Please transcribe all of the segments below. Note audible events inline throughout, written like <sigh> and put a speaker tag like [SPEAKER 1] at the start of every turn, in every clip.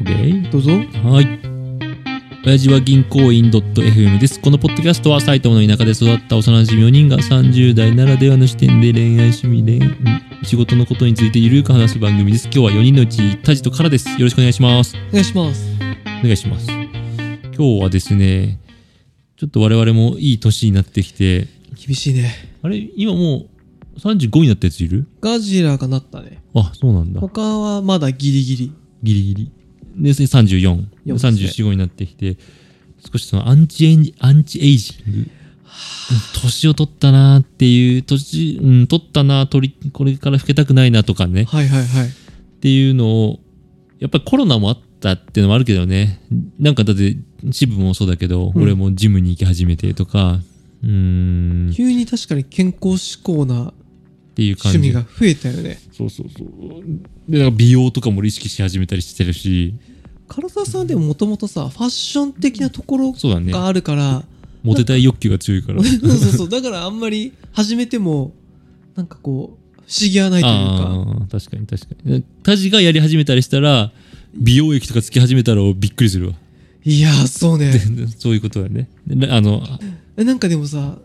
[SPEAKER 1] OK
[SPEAKER 2] どうぞ。
[SPEAKER 1] はい。親父は銀行員 .fm です。このポッドキャストは埼玉の田舎で育った幼馴染4人が30代ならではの視点で恋愛趣味、恋ん仕事のことについてゆるく話す番組です。今日は4人のうちタジとからです。よろしくお願いします。
[SPEAKER 2] お願いします。
[SPEAKER 1] お願いします。今日はですね、ちょっと我々もいい年になってきて、
[SPEAKER 2] 厳しいね。
[SPEAKER 1] あれ今もう35になったやついる
[SPEAKER 2] ガジラがなったね。
[SPEAKER 1] あ、そうなんだ。
[SPEAKER 2] 他はまだギリギリ。
[SPEAKER 1] ギリギリ。で、要するに34。
[SPEAKER 2] 四ですね
[SPEAKER 1] 34、5になってきて、少しそのアンチエイジ、アンチエイジング。うん年を取ったなーっていう、年、うん、取ったなー、取り、これから老けたくないなとかね、
[SPEAKER 2] はいはいはい。
[SPEAKER 1] っていうのを、やっぱりコロナもあったっていうのもあるけどね、なんかだって、渋もそうだけど、
[SPEAKER 2] うん
[SPEAKER 1] 俺もジムに行き始めてとか、うーん、っ
[SPEAKER 2] 急に確かに健康志向な
[SPEAKER 1] ていう感
[SPEAKER 2] 趣
[SPEAKER 1] じ。
[SPEAKER 2] 味が増えたよね。
[SPEAKER 1] そうそうそう。で、なんか美容とかも俺意識し始めたりしてるし、
[SPEAKER 2] 唐沢さんでももともとさ、ファッション的なところ
[SPEAKER 1] そうだね。
[SPEAKER 2] があるから、
[SPEAKER 1] モテたい欲求が強いから。
[SPEAKER 2] <laughs> そうそうそう。だからあんまり始めても、なんかこう、不思議はないというか。
[SPEAKER 1] ああー確かに確かにタジがやり始めたりしたら美容液とかつき始めたら俺びっくりするわ
[SPEAKER 2] いやー、そうね。
[SPEAKER 1] <laughs> そういうことだねであの
[SPEAKER 2] えなんかでもさ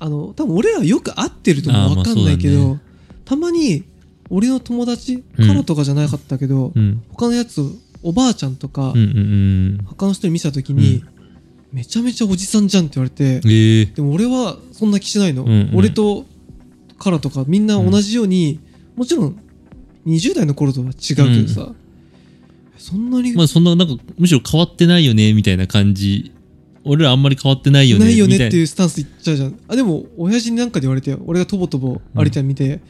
[SPEAKER 2] あの多分俺らよく会ってるとも
[SPEAKER 1] あーま
[SPEAKER 2] 分
[SPEAKER 1] あ
[SPEAKER 2] かんないけ
[SPEAKER 1] そうだ
[SPEAKER 2] ど、たまに俺の友達
[SPEAKER 1] うん
[SPEAKER 2] からとかじゃなかったけど、
[SPEAKER 1] うん
[SPEAKER 2] 他のやつおばあちゃんとか、
[SPEAKER 1] うんうん
[SPEAKER 2] 他の人に見せた時に、めちゃめちゃおじさんじゃんって言われて、
[SPEAKER 1] うんええ
[SPEAKER 2] でも俺はそんな気しないの、
[SPEAKER 1] うんうん
[SPEAKER 2] 俺とからとかみんな同じように、もちろん20代の頃とは違うけどさ、そんなに、
[SPEAKER 1] まあそんななんかむしろ変わってないよねみたいな感じ俺らあんまり変わってないよね
[SPEAKER 2] ないよ
[SPEAKER 1] みた
[SPEAKER 2] ね
[SPEAKER 1] い
[SPEAKER 2] っていうスタンスいっちゃうじゃんあでも親父になんかで言われて俺がとぼとぼ歩いて見て、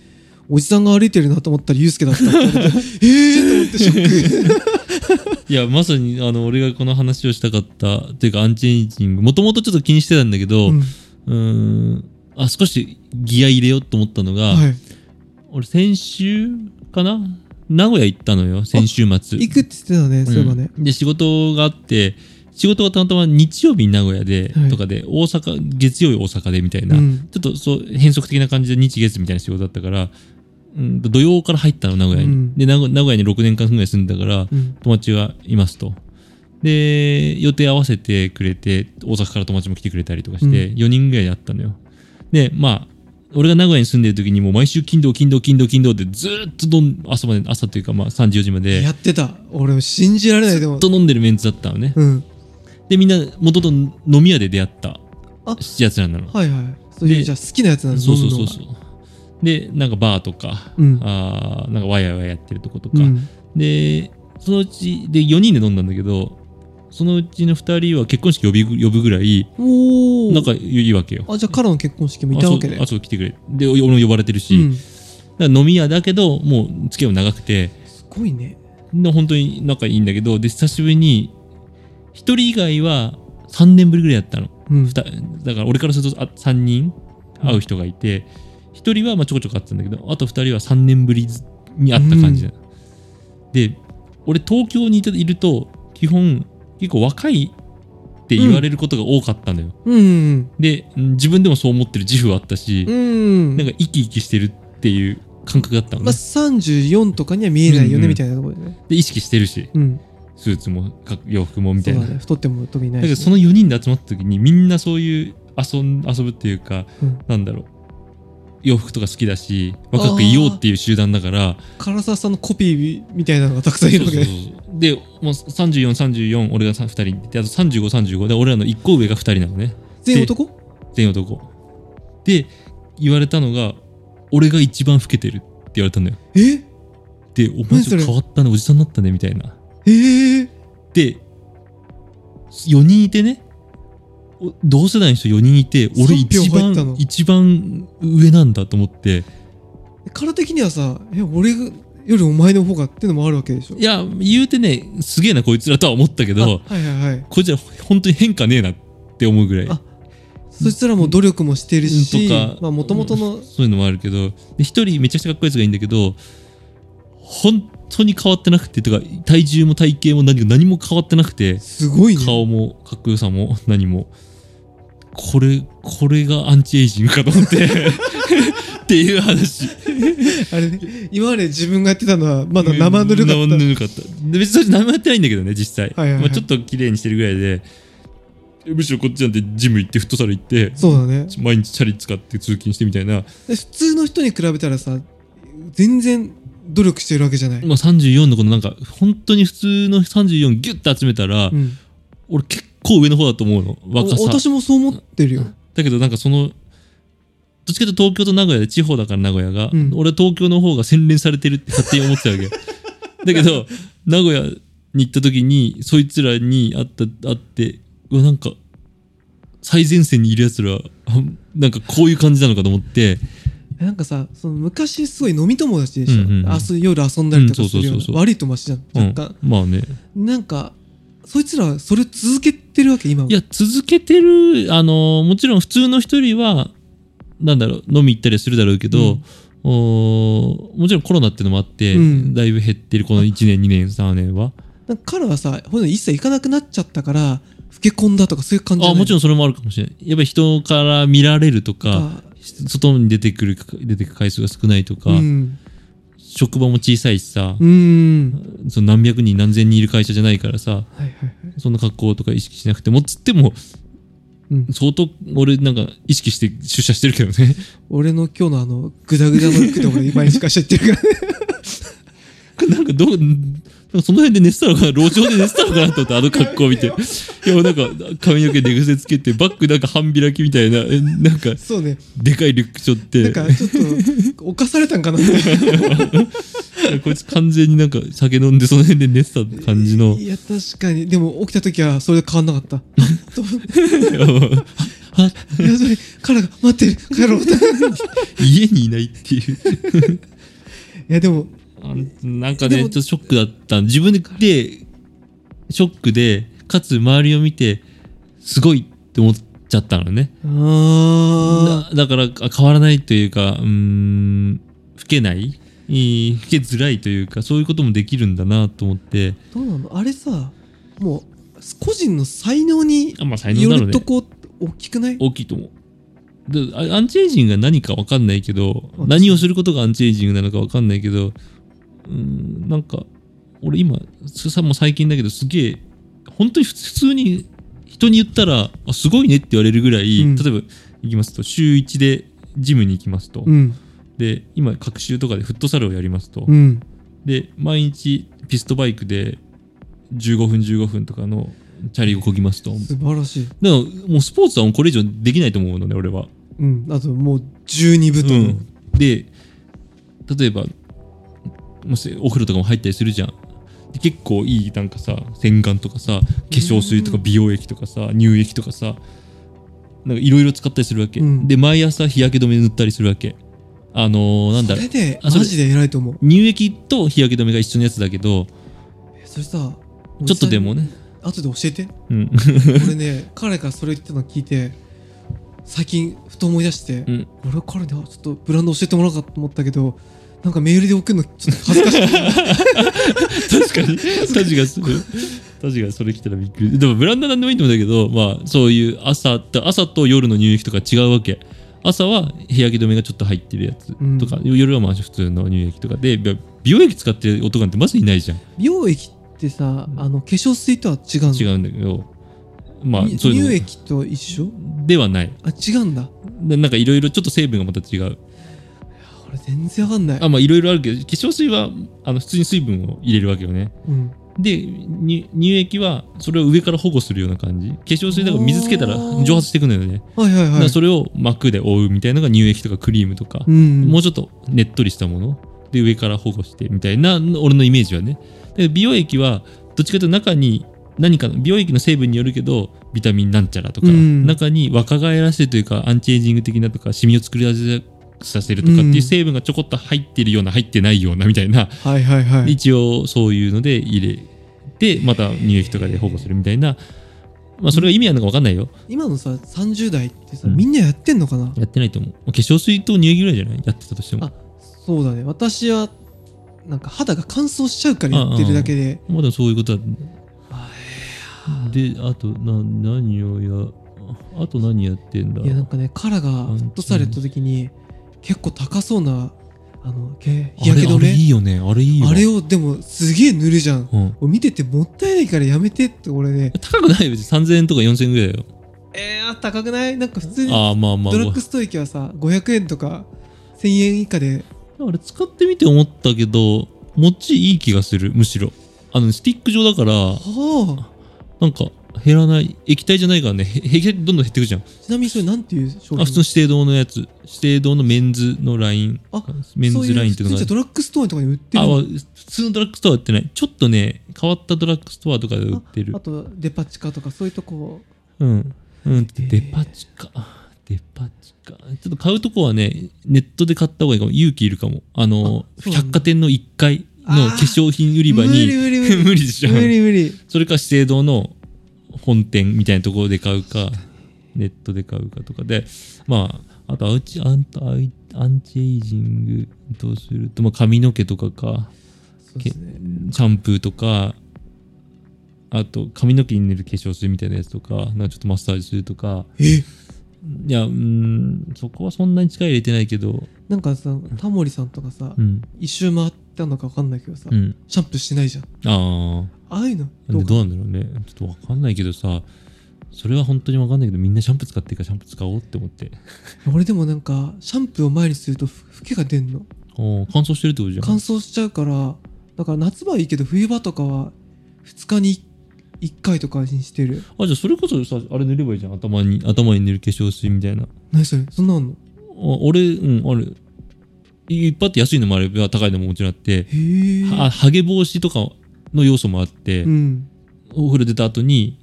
[SPEAKER 2] おじさんが歩いてるなと思ったらユうスケだったって言
[SPEAKER 1] <laughs>
[SPEAKER 2] われてええー、って思ってショック
[SPEAKER 1] いやまさにあの俺がこの話をしたかったっていうかアンチエイジングもともとちょっと気にしてたんだけど
[SPEAKER 2] う
[SPEAKER 1] うんーんあ少しギア入れようと思ったのが、
[SPEAKER 2] は
[SPEAKER 1] 俺先週かな名古屋行ったのよ先週末
[SPEAKER 2] い、行くって言ってたね、そういえばね
[SPEAKER 1] うんで仕事があって仕事がたまたま日曜日に名古屋で、
[SPEAKER 2] はい
[SPEAKER 1] とかで大阪月曜日大阪でみたいな、
[SPEAKER 2] うん
[SPEAKER 1] ちょっとそう変則的な感じで日月みたいな仕事だったから、うん、土曜から入ったの名古屋に、
[SPEAKER 2] うん
[SPEAKER 1] で名古名古屋に6年間ぐらい住んだから
[SPEAKER 2] うん
[SPEAKER 1] 友達がいますとで予定合わせてくれて大阪から友達も来てくれたりとかして、
[SPEAKER 2] う
[SPEAKER 1] 4人ぐらいで会ったのよでまあ俺が名古屋に住んでる時にもう毎週金土金土金土金土ってずーっとどん朝まで朝というかまあ3時4時まで
[SPEAKER 2] やってた俺も信じられないで
[SPEAKER 1] ず
[SPEAKER 2] も
[SPEAKER 1] っと飲んでるメンツだったのね。
[SPEAKER 2] うん
[SPEAKER 1] で、みんな、元々飲み屋で出会った
[SPEAKER 2] あ
[SPEAKER 1] やつらなの。
[SPEAKER 2] はいはいそういう
[SPEAKER 1] で
[SPEAKER 2] じゃあ好きなやつなんだ
[SPEAKER 1] そうそうそうそ
[SPEAKER 2] 飲むのが
[SPEAKER 1] う。で、なんかバーとか、
[SPEAKER 2] うん
[SPEAKER 1] あーなんかワイワイワイやってるとことか、
[SPEAKER 2] うん
[SPEAKER 1] で、そのうち、で、4人で飲んだんだけど、そのうちの2人は結婚式呼び呼ぶぐらい、
[SPEAKER 2] おお
[SPEAKER 1] 仲いいわけよ。
[SPEAKER 2] あじゃあカラの結婚式もい
[SPEAKER 1] あ
[SPEAKER 2] た
[SPEAKER 1] そ
[SPEAKER 2] わ
[SPEAKER 1] う
[SPEAKER 2] けね
[SPEAKER 1] あ、そう、来てくれ。で、俺も呼ばれてるし、
[SPEAKER 2] うん、す
[SPEAKER 1] だから飲み屋だけど、もう付き合いも長くて、
[SPEAKER 2] ごいね
[SPEAKER 1] の本当に仲いいんだけど、で、久しぶりに、1人以外は3年ぶりぐらいやったの。
[SPEAKER 2] うん
[SPEAKER 1] ふただから俺からするとあ3人会う人がいて、1人はまあちょこちょこ会ってたんだけどあと2人は3年ぶりに会った感じだ、で俺東京にいたいると基本結構若いって言われることが多かったのよ、
[SPEAKER 2] うん
[SPEAKER 1] でうん自分でもそう思ってる自負はあったし
[SPEAKER 2] う、ん
[SPEAKER 1] なんか生き生きしてるっていう感覚だったのね、
[SPEAKER 2] まあ、34とかには見えないよ
[SPEAKER 1] うんう
[SPEAKER 2] ね
[SPEAKER 1] ん
[SPEAKER 2] みたいなところでね、
[SPEAKER 1] で意識してるし
[SPEAKER 2] うん
[SPEAKER 1] スーツもか洋服もみた
[SPEAKER 2] そ
[SPEAKER 1] い
[SPEAKER 2] う
[SPEAKER 1] な
[SPEAKER 2] だね太っても特にな
[SPEAKER 1] だ
[SPEAKER 2] い
[SPEAKER 1] けどその4人で集まった時にみんなそういう遊ん遊ぶっていうか、
[SPEAKER 2] うん
[SPEAKER 1] なんだろう洋服とか好きだし若くいようっていう集団だから
[SPEAKER 2] 唐沢さんのコピーみたいなのがたくさんい
[SPEAKER 1] そう
[SPEAKER 2] るわけ
[SPEAKER 1] そうそ
[SPEAKER 2] ね
[SPEAKER 1] うでもう3434俺が2人いてあと3535で俺らの1個上が2人なのね
[SPEAKER 2] 全員男
[SPEAKER 1] 全員男で言われたのが俺が一番老けてるって言われたんだよ
[SPEAKER 2] え
[SPEAKER 1] でお前
[SPEAKER 2] 何
[SPEAKER 1] ち
[SPEAKER 2] そ
[SPEAKER 1] ょっと
[SPEAKER 2] れ
[SPEAKER 1] 変わったねおじさんになったねみたいな
[SPEAKER 2] えー、
[SPEAKER 1] で4人いてねお同世代の人4人いて俺一
[SPEAKER 2] 三票入った
[SPEAKER 1] 番
[SPEAKER 2] の
[SPEAKER 1] 一番上なんだと思って
[SPEAKER 2] から的にはさえ俺よりお前の方がっていうのもあるわけでしょ
[SPEAKER 1] いや言うてねすげえなこいつらとは思ったけ
[SPEAKER 2] あ
[SPEAKER 1] ど
[SPEAKER 2] はいはいはい
[SPEAKER 1] こいつら本当に変化ねえなって思うぐらい
[SPEAKER 2] あそいつらも努力もしてるし
[SPEAKER 1] うんとか
[SPEAKER 2] まあもともとの
[SPEAKER 1] そういうのもあるけどで1人めちゃくちゃかっこいいやつがいいんだけど本当に変わってなくてとか体重も体型も何も何も変わってなくて
[SPEAKER 2] すごいね
[SPEAKER 1] 顔もかっこよさも <laughs>
[SPEAKER 2] <laughs>
[SPEAKER 1] 何もこれこれがアンチエイジングかと思ってっていう話
[SPEAKER 2] あれね今まで自分がやってたのはまだ生ぬるか
[SPEAKER 1] 生
[SPEAKER 2] っ
[SPEAKER 1] ぬるかったで別にそれ何もやってないんだけどね実際、
[SPEAKER 2] はいはいはい
[SPEAKER 1] まあ、ちょっと綺麗にしてるぐらいでむしろこっちなんてジム行ってフットサル行って
[SPEAKER 2] たそうだね
[SPEAKER 1] 毎日チャリ使って通勤してみたいな、
[SPEAKER 2] で普通の人に比べたらさ全然努力してるわけじゃない、
[SPEAKER 1] まあ、34のこのなんか本当に普通の34ギュッと集めたら、
[SPEAKER 2] うん
[SPEAKER 1] 俺結構上の方だと思うの若
[SPEAKER 2] お
[SPEAKER 1] さ
[SPEAKER 2] 私もそう思ってるよ、
[SPEAKER 1] だけどなんかそのどっちかというと東京と名古屋で地方だから名古屋が、
[SPEAKER 2] うん
[SPEAKER 1] 俺は東京の方が洗練されてるって勝手に思ってたわ
[SPEAKER 2] <laughs>
[SPEAKER 1] けよだけど名古屋に行った時にそいつらに会った会ってうわなんか最前線にいるやつらあなんかこういう感じなのかと思って
[SPEAKER 2] なんかさその昔すごい飲み友達でしょ、
[SPEAKER 1] うんうんうん
[SPEAKER 2] 明日夜遊んだりとかするよう
[SPEAKER 1] うんそうそうそう
[SPEAKER 2] な
[SPEAKER 1] そう
[SPEAKER 2] 悪い友達じゃん
[SPEAKER 1] うん
[SPEAKER 2] 若干、
[SPEAKER 1] まあね
[SPEAKER 2] なんかそいつらはそれ続けてるわけ今も
[SPEAKER 1] いや続けてるあのもちろん普通の一人はなんだろう飲み行ったりするだろうけど、おーもちろんコロナってのもあって、
[SPEAKER 2] うん
[SPEAKER 1] だいぶ減ってるこの1年2年3年は
[SPEAKER 2] なんか彼はさほんと一切行かなくなっちゃったから老け込んだとかそういう感じじゃ
[SPEAKER 1] あ
[SPEAKER 2] ない
[SPEAKER 1] もちろんそれもあるかもしれないやっぱり人から見られるとか
[SPEAKER 2] あ
[SPEAKER 1] 外に出てくる出てく回数が少ないとか、
[SPEAKER 2] うん
[SPEAKER 1] 職場も小さいしさ
[SPEAKER 2] う、ん
[SPEAKER 1] その何百人何千人いる会社じゃないからさ
[SPEAKER 2] はいはいはい
[SPEAKER 1] そんな格好とか意識しなくてもつっても
[SPEAKER 2] うん
[SPEAKER 1] 相当俺なんか意識して出社してるけどね
[SPEAKER 2] 俺の今日のあのグダグダの服とか毎日かしちゃってるから
[SPEAKER 1] なんかどうなんかその辺で寝てたのかな路上で寝てたのかなと思ってあの格好を見ていやなんか髪の毛寝癖つけてバッグなんか半開きみたいなえなんか
[SPEAKER 2] そうね
[SPEAKER 1] でかいリュック背負って
[SPEAKER 2] なんかちょっと犯されたんかなって
[SPEAKER 1] いやこいつ完全になんか酒飲んでその辺で寝てた感じの
[SPEAKER 2] いや確かにでも起きた時はそれで変わんなかったと
[SPEAKER 1] ああ
[SPEAKER 2] いやそれ彼が待ってる帰ろうって <laughs> い
[SPEAKER 1] 家にいないっていう
[SPEAKER 2] やでも
[SPEAKER 1] あなんかね
[SPEAKER 2] で
[SPEAKER 1] ちょ
[SPEAKER 2] も
[SPEAKER 1] っとショックだった自分ででショックでかつ周りを見てすごいって思っちゃったのね
[SPEAKER 2] あ
[SPEAKER 1] だだからあ変わらないというかうーん老けないいい老けづらいというかそういうこともできるんだなと思って
[SPEAKER 2] ーどうなのあれさもう個人の才能に
[SPEAKER 1] あまあ才能
[SPEAKER 2] よ
[SPEAKER 1] だろう
[SPEAKER 2] ると
[SPEAKER 1] ね
[SPEAKER 2] こ大きくない
[SPEAKER 1] 大きいと思うであアンチエイジングが何か分かんないけど
[SPEAKER 2] あ
[SPEAKER 1] 何をすることがアンチエイジングなのか分かんないけどうーんなんか俺今すさもう最近だけどすげえ本当に普普通に人に言ったらあすごいねって言われるぐらい、
[SPEAKER 2] うん
[SPEAKER 1] 例えば行きますと週1でジムに行きますと、
[SPEAKER 2] うん
[SPEAKER 1] で今各週とかでフットサルをやりますと、
[SPEAKER 2] うん
[SPEAKER 1] で毎日ピストバイクで15分15分とかのチャリをこぎますと
[SPEAKER 2] 素晴らしい
[SPEAKER 1] だからもうスポーツはもうこれ以上できないと思うのね俺は。
[SPEAKER 2] うんあともう12部と、
[SPEAKER 1] うん、で例えばもしお風呂とかも入ったりするじゃんで結構いいなんかさ洗顔とかさ化粧水とか美容液とかさ乳液とかさなんかいろいろ使ったりするわけ、
[SPEAKER 2] うん
[SPEAKER 1] で毎朝日焼け止め塗ったりするわけあのー、なんだ
[SPEAKER 2] そ
[SPEAKER 1] ろう
[SPEAKER 2] れで
[SPEAKER 1] あそ
[SPEAKER 2] マ
[SPEAKER 1] れ
[SPEAKER 2] ジで偉いと思う
[SPEAKER 1] 乳液と日焼け止めが一緒のやつだけど
[SPEAKER 2] えそれさ
[SPEAKER 1] ちょっとでもね
[SPEAKER 2] 後で教え
[SPEAKER 1] <laughs>
[SPEAKER 2] て
[SPEAKER 1] うん
[SPEAKER 2] 俺ね彼がそれ言ってたの聞いて最近ふと思い出して、
[SPEAKER 1] うん <laughs>
[SPEAKER 2] 俺彼にあちょっとブランド教えてもらおうかと思ったけどなんかメールで送るのちょっと恥ず
[SPEAKER 1] <laughs>
[SPEAKER 2] かしい
[SPEAKER 1] 確かにタジがするタジがそれ来たらびっくりでもブランドなんでもいいと思うんだけどまあそういう朝と朝と夜の乳液とか違うわけ朝は日焼け止めがちょっと入ってるやつとか、夜はまあ普通の乳液とかでび美容液使ってる男なんてまずいないじゃん
[SPEAKER 2] 美容液ってさ
[SPEAKER 1] うん
[SPEAKER 2] あの化粧水とは違うの
[SPEAKER 1] 違うんだけどまあ
[SPEAKER 2] に
[SPEAKER 1] そういうの
[SPEAKER 2] 乳
[SPEAKER 1] も
[SPEAKER 2] 液と一緒
[SPEAKER 1] ではない
[SPEAKER 2] あ違うんだ
[SPEAKER 1] ななんかいろいろちょっと成分がまた違う
[SPEAKER 2] 俺全然わかんない
[SPEAKER 1] あまあいろいろあるけど化粧水はあの普通に水分を入れるわけよね
[SPEAKER 2] うん、
[SPEAKER 1] でに乳液はそれを上から保護するような感じ化粧水だから水つけたら蒸発していくのよね
[SPEAKER 2] はいはい
[SPEAKER 1] だか
[SPEAKER 2] は
[SPEAKER 1] ら
[SPEAKER 2] い
[SPEAKER 1] それを膜で覆うみたいなのが乳液とかクリームとか
[SPEAKER 2] う、ん
[SPEAKER 1] もうちょっとねっとりしたもので上から保護してみたいな俺のイメージはねで美容液はどっちかというと中に何かの美容液の成分によるけどビタミンなんちゃらとか、
[SPEAKER 2] うん
[SPEAKER 1] 中に若返らせるというかアンチエイジング的なとかシミを作り出させるとかっていう成分がちょこっと入ってるような入ってないようなみたいな
[SPEAKER 2] はいはいはい
[SPEAKER 1] 一応そういうので入れてまた乳液とかで保護するみたいな、まあ、それが意味あるのか分かんないよ
[SPEAKER 2] 今のさ30代ってさ、
[SPEAKER 1] うん
[SPEAKER 2] みんなやってんのかな
[SPEAKER 1] やってないと思う化粧水と乳液ぐらいじゃないやってたとしても
[SPEAKER 2] あそうだね私はなんか肌が乾燥しちゃうからやってるだけで
[SPEAKER 1] まあでもそういうことだ
[SPEAKER 2] あ
[SPEAKER 1] であとな何をやあと何やってんだ
[SPEAKER 2] いやなんかねカラがフットサルやった時に結構高そうなあのけ
[SPEAKER 1] あれ
[SPEAKER 2] 日焼け止
[SPEAKER 1] あれい
[SPEAKER 2] め
[SPEAKER 1] いよねあれいいよ
[SPEAKER 2] あれをでもすげえ塗るじゃん
[SPEAKER 1] うん、
[SPEAKER 2] 俺見ててもったいないからやめてって俺ね
[SPEAKER 1] 高くないよ別に3000円とか4000円ぐらいだよ
[SPEAKER 2] えー、高くないなんか普通に
[SPEAKER 1] ああまあまあ
[SPEAKER 2] ドラッ
[SPEAKER 1] ま
[SPEAKER 2] グストア行きはさ500円とか1000円以下で
[SPEAKER 1] ああれ使ってみて思ったけどもっちいい気がするむしろあのスティック状だから
[SPEAKER 2] はあ
[SPEAKER 1] なんか減らない液体じゃないからねへ液体どんどん減ってくじゃん
[SPEAKER 2] ちなみにそれなんていう商品
[SPEAKER 1] あ普通の指定堂のやつ指定堂のメンズのライン
[SPEAKER 2] あ
[SPEAKER 1] メンズラインっていうのが
[SPEAKER 2] そういう普通じゃドラッグストアとかに売ってる
[SPEAKER 1] あ
[SPEAKER 2] の
[SPEAKER 1] まあ普通のドラッグストアは売ってないちょっとね変わったドラッグストアとかで売ってる
[SPEAKER 2] あとデパ地下とかそういうとこ
[SPEAKER 1] うん、うん、
[SPEAKER 2] えー
[SPEAKER 1] デパ地下デパ地下ちょっと買うとこはねネットで買った方がいいかも勇気いるかもあの
[SPEAKER 2] あそうなんだ
[SPEAKER 1] 百貨店の1階の化粧品売り場に
[SPEAKER 2] 無理無理無
[SPEAKER 1] <laughs>
[SPEAKER 2] 理
[SPEAKER 1] 無理でしょ
[SPEAKER 2] 無理無理
[SPEAKER 1] それか資生堂の本店みたいなところで買う <laughs> かネットで買うかとかでまああとアウチアンタアイアンチエイジングとすると、まあ、髪の毛とかか
[SPEAKER 2] そうですね
[SPEAKER 1] シャンプーとかあと髪の毛に塗る化粧水みたいなやつとかなんかちょっとマッサージするとか
[SPEAKER 2] え
[SPEAKER 1] いやうーんそこはそんなに力入れてないけど
[SPEAKER 2] なんかさタモリさんとかさ、
[SPEAKER 1] うん
[SPEAKER 2] 一周回ったのか分かんないけどさ、
[SPEAKER 1] うん
[SPEAKER 2] シャンプーしてないじゃん
[SPEAKER 1] あ
[SPEAKER 2] ああいうの
[SPEAKER 1] あで
[SPEAKER 2] か
[SPEAKER 1] どうなんだろうねちょっとわかんないけどさそれは本当にわかんないけどみんなシャンプー使ってるからシャンプー使おうって思って
[SPEAKER 2] 俺でもなんかシャンプーを前にするとふ老けが出んの
[SPEAKER 1] おー乾燥してるってことじゃん
[SPEAKER 2] 乾燥しちゃうからだから夏場はいいけど冬場とかは2日に1回とかにしてる
[SPEAKER 1] あじゃあそれこそさあれ塗ればいいじゃん頭に頭に塗る化粧水みたいなあ
[SPEAKER 2] 何それそんなのあんの
[SPEAKER 1] 俺うんあるいっぱいあって安いのもあれば高いのももちろんあって
[SPEAKER 2] へえ
[SPEAKER 1] はハゲ防止とかの要素もあって、
[SPEAKER 2] うん
[SPEAKER 1] お風呂出た後に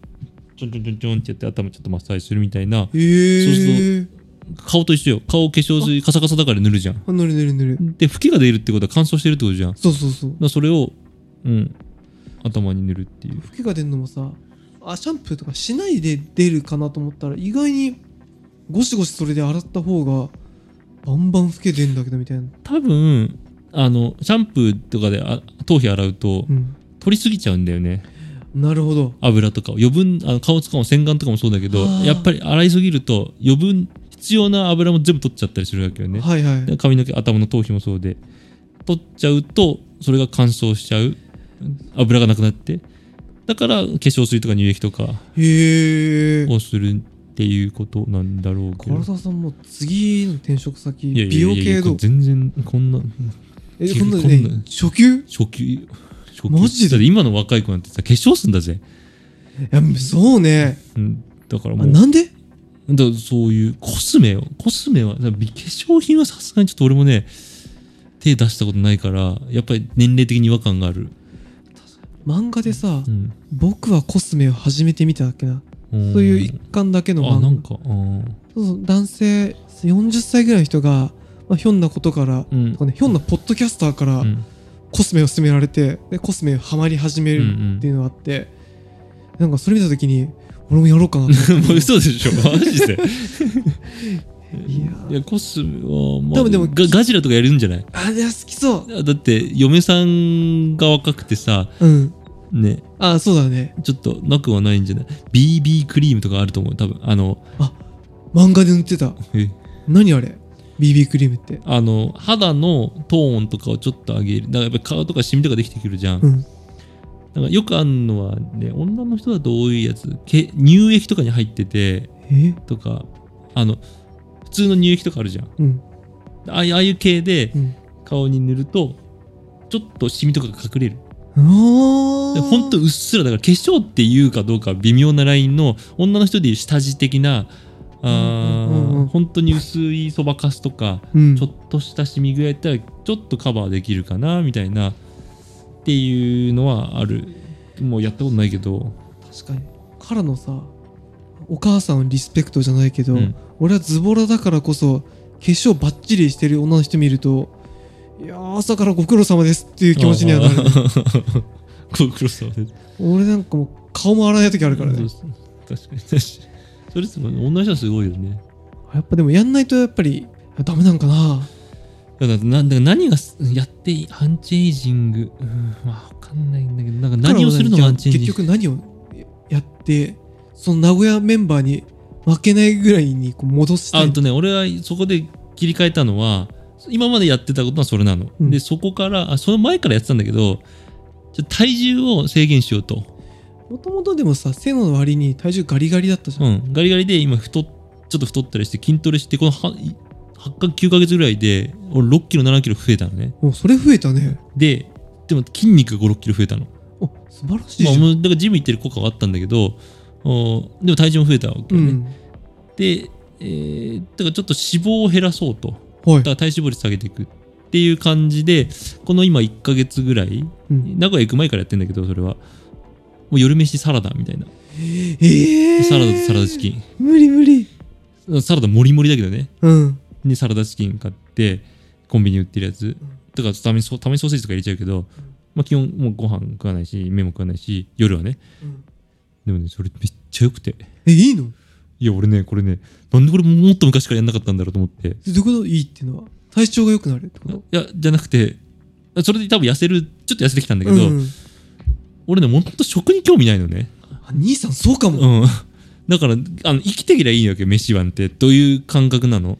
[SPEAKER 1] ちょんちょんちょんちょんってやって頭ちょっとマッサージするみたいな
[SPEAKER 2] へ
[SPEAKER 1] そ
[SPEAKER 2] え
[SPEAKER 1] 顔と一緒よ顔化粧水カサカサだから塗るじゃん
[SPEAKER 2] あ塗る塗る塗る
[SPEAKER 1] で吹きが出るってことは乾燥してるってことじゃんだか
[SPEAKER 2] そうそうそう
[SPEAKER 1] らそれをうん頭に塗るっていう
[SPEAKER 2] 老けが出んのもさあシャンプーとかしないで出るかなと思ったら意外にゴシゴシそれで洗った方がバンバン老け出んだけどみたいな
[SPEAKER 1] 多分あのシャンプーとかであ頭皮洗うと
[SPEAKER 2] うん
[SPEAKER 1] 取りすぎちゃうんだよね
[SPEAKER 2] なるほど
[SPEAKER 1] 油とかを余分あの顔使うも洗顔とかもそうだけど
[SPEAKER 2] あー
[SPEAKER 1] やっぱり洗いすぎると余分必要な油も全部取っちゃったりするわけよね
[SPEAKER 2] はいはい
[SPEAKER 1] で髪の毛頭の頭皮もそうで取っちゃうとそれが乾燥しちゃう油がなくなってだから化粧水とか乳液とか
[SPEAKER 2] へえ
[SPEAKER 1] をするっていうことなんだろうけど
[SPEAKER 2] 唐沢さんもう次の転職先
[SPEAKER 1] いやい
[SPEAKER 2] 美
[SPEAKER 1] や
[SPEAKER 2] 容
[SPEAKER 1] いやいや
[SPEAKER 2] 系どう
[SPEAKER 1] 全然こんな
[SPEAKER 2] え
[SPEAKER 1] 急
[SPEAKER 2] こんな
[SPEAKER 1] こんな
[SPEAKER 2] ね初級い
[SPEAKER 1] 初級初級
[SPEAKER 2] マジで
[SPEAKER 1] だって今の若い子なんてさ化粧すんだぜ、
[SPEAKER 2] やそうね
[SPEAKER 1] うん、だからも
[SPEAKER 2] あ
[SPEAKER 1] う
[SPEAKER 2] なん
[SPEAKER 1] だ
[SPEAKER 2] で
[SPEAKER 1] からそういうコスメをコスメはだから美化粧品はさすがにちょっと俺もね手出したことないからやっぱり年齢的に違和感がある、
[SPEAKER 2] 漫画でさ
[SPEAKER 1] うん、
[SPEAKER 2] 「僕はコスメを始めてみた」だっけな
[SPEAKER 1] そう
[SPEAKER 2] そういう一巻だけの
[SPEAKER 1] あなん
[SPEAKER 2] 漫画
[SPEAKER 1] かうん
[SPEAKER 2] そうそう男性40歳ぐらいの人がまあひょんなことから
[SPEAKER 1] うん
[SPEAKER 2] とかねひょんなポッドキャスターから
[SPEAKER 1] うん
[SPEAKER 2] コスメを勧められてでコスメハマり始めるっていうのがあってなんかそれ見た時に俺もやろうかなと思
[SPEAKER 1] <laughs>
[SPEAKER 2] った
[SPEAKER 1] もう <laughs> 嘘でしょマジ
[SPEAKER 2] <laughs>
[SPEAKER 1] で
[SPEAKER 2] いや
[SPEAKER 1] いやコスメはま
[SPEAKER 2] で
[SPEAKER 1] あ
[SPEAKER 2] もでも
[SPEAKER 1] ガガジラとかやるんじゃない
[SPEAKER 2] あいや好きそ
[SPEAKER 1] だって嫁さんが若くてさ
[SPEAKER 2] ううん
[SPEAKER 1] ね
[SPEAKER 2] あそうだね
[SPEAKER 1] ちょっとなくはないんじゃない BB クリームとかあると思う多分あの
[SPEAKER 2] 漫画で塗ってた
[SPEAKER 1] え
[SPEAKER 2] 何あれ BB クリームって
[SPEAKER 1] あの肌のトーンとかをちょっと上げるだからやっぱり顔とかシミとかできてくるじゃん、
[SPEAKER 2] うん
[SPEAKER 1] なんかよくあるのはね女の人だと多いやつけ乳液とかに入ってて
[SPEAKER 2] え
[SPEAKER 1] とかあの普通の乳液とかあるじゃん
[SPEAKER 2] うん
[SPEAKER 1] ああいうああいう系で
[SPEAKER 2] うん
[SPEAKER 1] 顔に塗るとちょっとシミとかが隠れる
[SPEAKER 2] あ
[SPEAKER 1] でほんとうっすらだから化粧っていうかどうか微妙なラインの女の人でいう下地的なあー
[SPEAKER 2] うんうんうん
[SPEAKER 1] 本当に薄いそばかすとか
[SPEAKER 2] うん
[SPEAKER 1] ちょっとしたシミぐらいやったらちょっとカバーできるかなみたいなっていうのはあるもうやったことないけど
[SPEAKER 2] 確かにからのさお母さんをリスペクトじゃないけど、
[SPEAKER 1] うん
[SPEAKER 2] 俺はズボラだからこそ化粧バッチリしてる女の人見るといやー朝からご苦労様ですっていう気持ちにはなる、ね、
[SPEAKER 1] ご苦労様です
[SPEAKER 2] 俺なんかもう顔も洗わない時あるからね
[SPEAKER 1] そうそう確かに確かにそれすごい女の人はすごいよね
[SPEAKER 2] やっぱでもやんないとやっぱりダメなんかな
[SPEAKER 1] だからなだから何がすやっていいアンチエイジング、うん、まあ分かんないんだけどなんか何をするのがアンチエイジン
[SPEAKER 2] 結
[SPEAKER 1] グ
[SPEAKER 2] 局何をやってその名古屋メンバーに負けないぐらいにこう戻した
[SPEAKER 1] あ
[SPEAKER 2] い
[SPEAKER 1] とね俺はそこで切り替えたのは今までやってたことはそれなの、
[SPEAKER 2] うん
[SPEAKER 1] でそこからあその前からやってたんだけどちょ体重を制限しようと、
[SPEAKER 2] もともとでもさ背の割に体重ガリガリだったじゃん、
[SPEAKER 1] うん、ガリガリで今太っちょっと太ったりして筋トレしてこの8か9ヶ月ぐらいで俺6キロ7キロ増えたのね
[SPEAKER 2] もうそれ増えたね
[SPEAKER 1] ででも筋肉が56キロ増えたの、
[SPEAKER 2] お素晴らしいじ
[SPEAKER 1] ま
[SPEAKER 2] ゃ
[SPEAKER 1] あ、
[SPEAKER 2] ん、
[SPEAKER 1] もうだからジム行ってる効果はあったんだけどおでも体重も増えたわけ
[SPEAKER 2] う
[SPEAKER 1] よね、
[SPEAKER 2] ん
[SPEAKER 1] で、えーだからちょっと脂肪を減らそうと
[SPEAKER 2] はい
[SPEAKER 1] だから体脂肪率下げていくっていう感じでこの今1ヶ月ぐらい
[SPEAKER 2] うん
[SPEAKER 1] 名古屋行く前からやってんだけどそれはもう夜飯サラダみたいな、
[SPEAKER 2] ええー、
[SPEAKER 1] サラダとサラダチキ
[SPEAKER 2] 無理無理
[SPEAKER 1] ンサラダもりもりだけどね
[SPEAKER 2] うん
[SPEAKER 1] にサラダチキン買ってコンビニ売ってるやつだからたまにソたまにソーセージとか入れちゃうけど、まあ、基本もうご飯食わないし麺も食わないし夜はね
[SPEAKER 2] うん
[SPEAKER 1] でもねそれめっちゃよくて
[SPEAKER 2] えいいの
[SPEAKER 1] いや俺ねこれねなんでこれもっと昔からやんなかったんだろうと思って
[SPEAKER 2] どういうこといいっていうのは体調が良くなるってこ
[SPEAKER 1] い
[SPEAKER 2] と
[SPEAKER 1] やじゃなくてそれで多分痩せるちょっと痩せてきたんだけど、
[SPEAKER 2] うん、
[SPEAKER 1] 俺ね、ほんと食に興味ないのね。
[SPEAKER 2] あ兄さんそうかも、
[SPEAKER 1] うん。だから、あの、生きてきりゃいいわけよ、飯はんって。という感覚なの。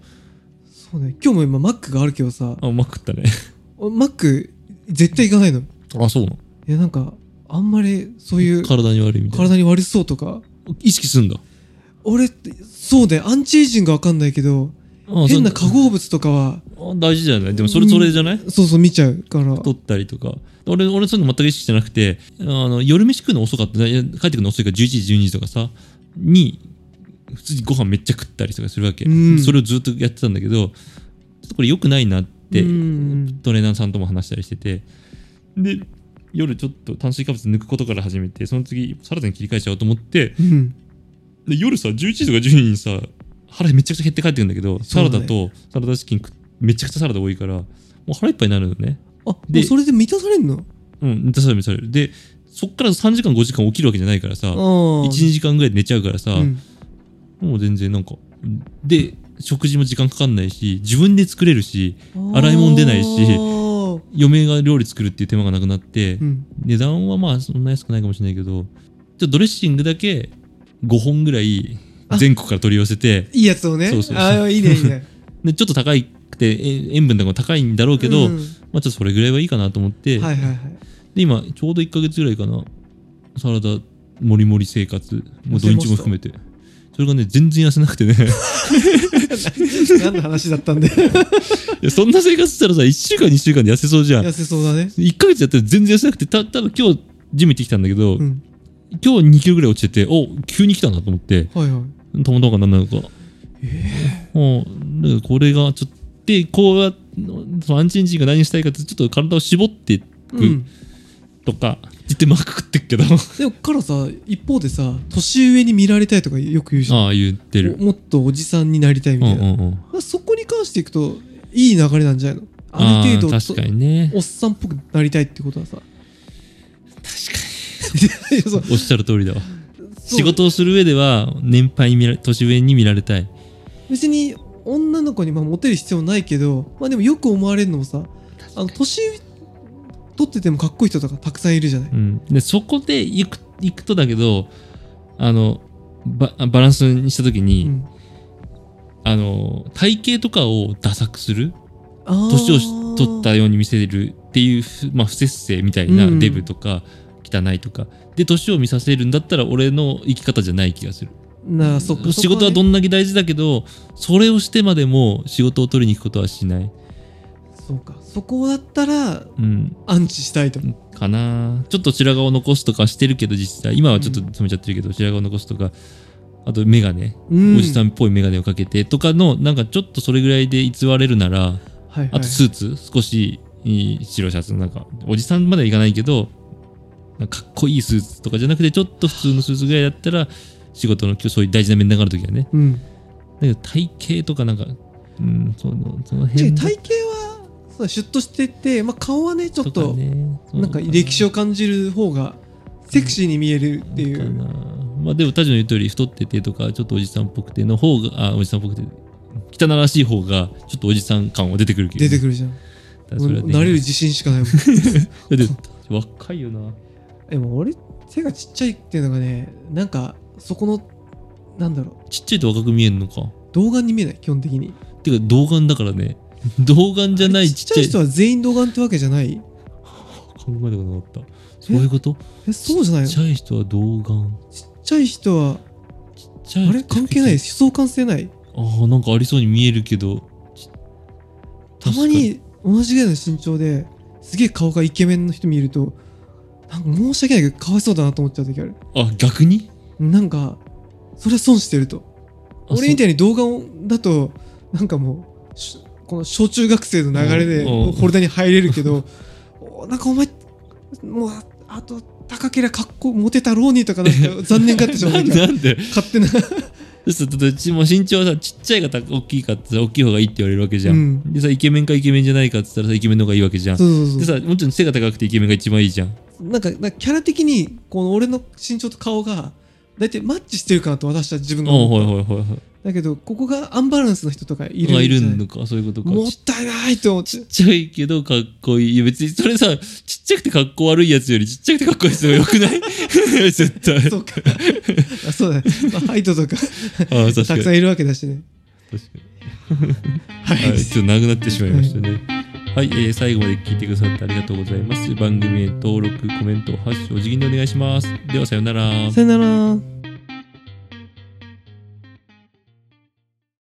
[SPEAKER 2] そうね今日も今マックがあるけどさ
[SPEAKER 1] あ、うまくったね。
[SPEAKER 2] マック絶対行かないのい
[SPEAKER 1] あ、そうなの
[SPEAKER 2] やなんかあんまりそういう
[SPEAKER 1] 体に悪いみたいな。
[SPEAKER 2] 体に悪そうとか
[SPEAKER 1] 意識すんだ。
[SPEAKER 2] 俺ってそうねアンチエイジングわかんないけど
[SPEAKER 1] あ
[SPEAKER 2] 変な
[SPEAKER 1] そ
[SPEAKER 2] 化合物とかは
[SPEAKER 1] あ大事じゃないでも、それ、それじゃない
[SPEAKER 2] そうそう見ちゃうから
[SPEAKER 1] 取ったりとか。俺、俺、そういうの全く意識してなくて、あの、夜飯食うの遅かった。いや帰ってくるの遅いから、11時、12時とかさ、に、普通にご飯めっちゃ食ったりとかするわけ。
[SPEAKER 2] うん
[SPEAKER 1] それをずっとやってたんだけど、ちょっとこれ良くないなって、
[SPEAKER 2] うん
[SPEAKER 1] トレーナーさんとも話したりしててで夜ちょっと炭水化物抜くことから始めてその次サラダに切り替えちゃおうと思って
[SPEAKER 2] うん
[SPEAKER 1] で夜さ11時とか12時にさ腹めちゃくちゃ減って帰ってくるんだけど
[SPEAKER 2] そ
[SPEAKER 1] サ
[SPEAKER 2] うだ
[SPEAKER 1] ラ
[SPEAKER 2] ね
[SPEAKER 1] ダとサラダチキン食っめちゃくちゃサラダ多いからもう腹いっぱいになるのね
[SPEAKER 2] あも
[SPEAKER 1] で
[SPEAKER 2] うそれで満たされんの
[SPEAKER 1] うん満たされる満たされるでそっから3時間5時間起きるわけじゃないからさ
[SPEAKER 2] ああ
[SPEAKER 1] 12時間ぐらいで寝ちゃうからさ、
[SPEAKER 2] うん
[SPEAKER 1] もう全然なんかで食事も時間かかんないし自分で作れるし洗い物出ないし
[SPEAKER 2] あー
[SPEAKER 1] 嫁が料理作るっていう手間がなくなって、
[SPEAKER 2] うん
[SPEAKER 1] 値段はまあそんな安くないかもしれないけどちょっとドレッシングだけ5本ぐらい全国から取り寄せて
[SPEAKER 2] いいやつをね
[SPEAKER 1] そうそうそう
[SPEAKER 2] ああいいねいいね
[SPEAKER 1] でちょっと高いくてえ塩分とかも高いん <laughs> だろうけど、
[SPEAKER 2] うん
[SPEAKER 1] ま
[SPEAKER 2] は
[SPEAKER 1] あちょっとそれぐらいはいいかなと思って、
[SPEAKER 2] いはいはい
[SPEAKER 1] で今ちょうど1ヶ月ぐらいかなサラダもりもり生活もう土日も含めてそれがね全然痩せなく
[SPEAKER 2] <laughs>
[SPEAKER 1] てね
[SPEAKER 2] 何の話だったん
[SPEAKER 1] <laughs>
[SPEAKER 2] で
[SPEAKER 1] いやそんな生活したらさ1週間2週間で痩せそうじゃん
[SPEAKER 2] 痩せそうだね
[SPEAKER 1] 1ヶ月やったら全然痩せなくてたただ今日ジム行ってきたんだけど、
[SPEAKER 2] うん
[SPEAKER 1] 今日2キロぐらい落ちててお急に来たなと思って
[SPEAKER 2] はいはい
[SPEAKER 1] たまたまかなんなのか。もう、だからこれがちょっと、で、こうやそのアンチエイジングが何したいかって、ちょっと体を絞っていく
[SPEAKER 2] うん
[SPEAKER 1] とか、言ってマーク食って
[SPEAKER 2] <laughs>
[SPEAKER 1] っけど、
[SPEAKER 2] でもからさ一方でさ年上に見られたいとかよく言うし
[SPEAKER 1] ああ、言ってる。
[SPEAKER 2] もっとおじさんになりたいみ
[SPEAKER 1] うん
[SPEAKER 2] た
[SPEAKER 1] う
[SPEAKER 2] い
[SPEAKER 1] ん
[SPEAKER 2] な、
[SPEAKER 1] うん。
[SPEAKER 2] まあそこに関していくといい流れなんじゃないのある程
[SPEAKER 1] あ
[SPEAKER 2] 度
[SPEAKER 1] あ確かにね。
[SPEAKER 2] おっさんっぽくなりたいってことはさ確かに <laughs> そう
[SPEAKER 1] おっしゃる通りだわ。
[SPEAKER 2] そう
[SPEAKER 1] 仕事をする上では、年配に見られ、年上に見られたい。
[SPEAKER 2] 別に女の子にまあモテる必要ないけどまあでもよく思われるのもさあの年取っててもかっこいい人とかたくさんいるじゃない、
[SPEAKER 1] うん。で、そこで行く、行くとだけど、あの、ババランスにしたときに、
[SPEAKER 2] うん
[SPEAKER 1] あの、体型とかをダサくする
[SPEAKER 2] あー
[SPEAKER 1] 年を取ったように見せるっていうふ、まあ、不節制みたいな
[SPEAKER 2] うん
[SPEAKER 1] デブとか汚いとか、で年を見させるんだったら俺の生き方じゃない気がする
[SPEAKER 2] なあそっか
[SPEAKER 1] 仕事はど
[SPEAKER 2] ん
[SPEAKER 1] んだけ大事だけどそれをしてまでも仕事を取りに行くことはしない、
[SPEAKER 2] そうかそこだったら
[SPEAKER 1] うん、
[SPEAKER 2] アンチしたいと
[SPEAKER 1] かなちょっと白髪を残すとかしてるけど実際今はちょっと染めちゃってるけど、白髪を残すとかあと眼鏡、
[SPEAKER 2] うん
[SPEAKER 1] おじさんっぽい眼鏡をかけてとかのなんかちょっとそれぐらいで偽れるなら
[SPEAKER 2] はいはい、
[SPEAKER 1] あとスーツ、少しいい白シャツなんかおじさんまではいかないけどなんかかっこいいスーツとかじゃなくてちょっと普通のスーツぐらいだったら仕事の今日そういう大事な面談がある時はね
[SPEAKER 2] うん
[SPEAKER 1] だけど体型とかなんかうんそのその
[SPEAKER 2] 違
[SPEAKER 1] 辺
[SPEAKER 2] う体型はそうシュッとしてて、まあ、顔はねちょっ
[SPEAKER 1] か
[SPEAKER 2] と
[SPEAKER 1] ねそう
[SPEAKER 2] なんか歴史を感じる方がセクシーに見えるってい
[SPEAKER 1] かな
[SPEAKER 2] う
[SPEAKER 1] まあでもタジの言う通り太っててとかちょっとおじさんっぽくての方があおじさんっぽくて汚らしい方がちょっとおじさん感は出てくるけど
[SPEAKER 2] 出てくるじゃん
[SPEAKER 1] だからそれはね
[SPEAKER 2] 慣れる自信しかないもん <laughs>
[SPEAKER 1] だって若いよな
[SPEAKER 2] でも俺背がちっちゃいっていうのがねなんかそこのなんだろ
[SPEAKER 1] ちっちゃいと若く見えるのか
[SPEAKER 2] う童顔に見えない基本的に
[SPEAKER 1] てか童顔だから
[SPEAKER 2] <laughs>
[SPEAKER 1] ね童顔じゃない
[SPEAKER 2] ちっちゃい人
[SPEAKER 1] 考
[SPEAKER 2] は全員童顔ってわけじゃない
[SPEAKER 1] えたことなかったそういうこと
[SPEAKER 2] えそうじゃないの
[SPEAKER 1] ちっちゃい人は童顔
[SPEAKER 2] ちっちゃい人は
[SPEAKER 1] ちっちゃい
[SPEAKER 2] あれ関係ない思
[SPEAKER 1] す
[SPEAKER 2] 想関性ない
[SPEAKER 1] あーなんかありそうに見えるけどち
[SPEAKER 2] たまに同じぐらいの身長ですげえ顔がイケメンの人見るとなんか申し訳ないけどかわいそうだなと思っちゃう時ある
[SPEAKER 1] 確かにあ逆に
[SPEAKER 2] なんかそれは損してると俺み
[SPEAKER 1] い
[SPEAKER 2] たいに動画だとなんかもうしこの小中学生の流れで
[SPEAKER 1] うんうん
[SPEAKER 2] フォルダに入れるけど <laughs> おなんかお前もうああと高けりゃかっこモテたろうにとかなんか残念がってしまう
[SPEAKER 1] <laughs> なん
[SPEAKER 2] 時
[SPEAKER 1] で
[SPEAKER 2] は
[SPEAKER 1] なんで
[SPEAKER 2] 勝手な
[SPEAKER 1] そうだってうちも身長はさちっちゃいかた大きいかってさ大きい方がいいって言われるわけじゃん、
[SPEAKER 2] うん
[SPEAKER 1] でさイケメンかイケメンじゃないかって言ったらさイケメンの方がいいわけじゃん
[SPEAKER 2] そうそう
[SPEAKER 1] で
[SPEAKER 2] そう
[SPEAKER 1] さもちろん背が高くてイケメンが一番いいじゃん
[SPEAKER 2] なんかなんかキャラ的にこの俺の身長と顔が大体マッチしてるかなと私は自分
[SPEAKER 1] うん
[SPEAKER 2] が
[SPEAKER 1] はい
[SPEAKER 2] 思
[SPEAKER 1] は
[SPEAKER 2] っ
[SPEAKER 1] い
[SPEAKER 2] た
[SPEAKER 1] はいはい
[SPEAKER 2] だけどここがアンバランスの人とかい
[SPEAKER 1] あ
[SPEAKER 2] る
[SPEAKER 1] いる
[SPEAKER 2] じゃない
[SPEAKER 1] のかそういうことか
[SPEAKER 2] もっ
[SPEAKER 1] ちった
[SPEAKER 2] いないと思って
[SPEAKER 1] ちゃいけどかっこいいいや別にそれさちっちゃくてかっこ悪いやつよりちっちゃくてかっこいいや <laughs> つの方がよくない絶対 <laughs>
[SPEAKER 2] そうかあそうだね、まあ、ハイトとか
[SPEAKER 1] ああ確か
[SPEAKER 2] た
[SPEAKER 1] に
[SPEAKER 2] くさんいるわけだしね
[SPEAKER 1] 確かに
[SPEAKER 2] は
[SPEAKER 1] はい、ちょっとなくなってしまいましたね。はい、えー最後まで聞いてくださってありがとうございます。番組へ登録、コメント、ハッシュ、お辞儀でお願いします。では、さようなら。
[SPEAKER 2] さよなら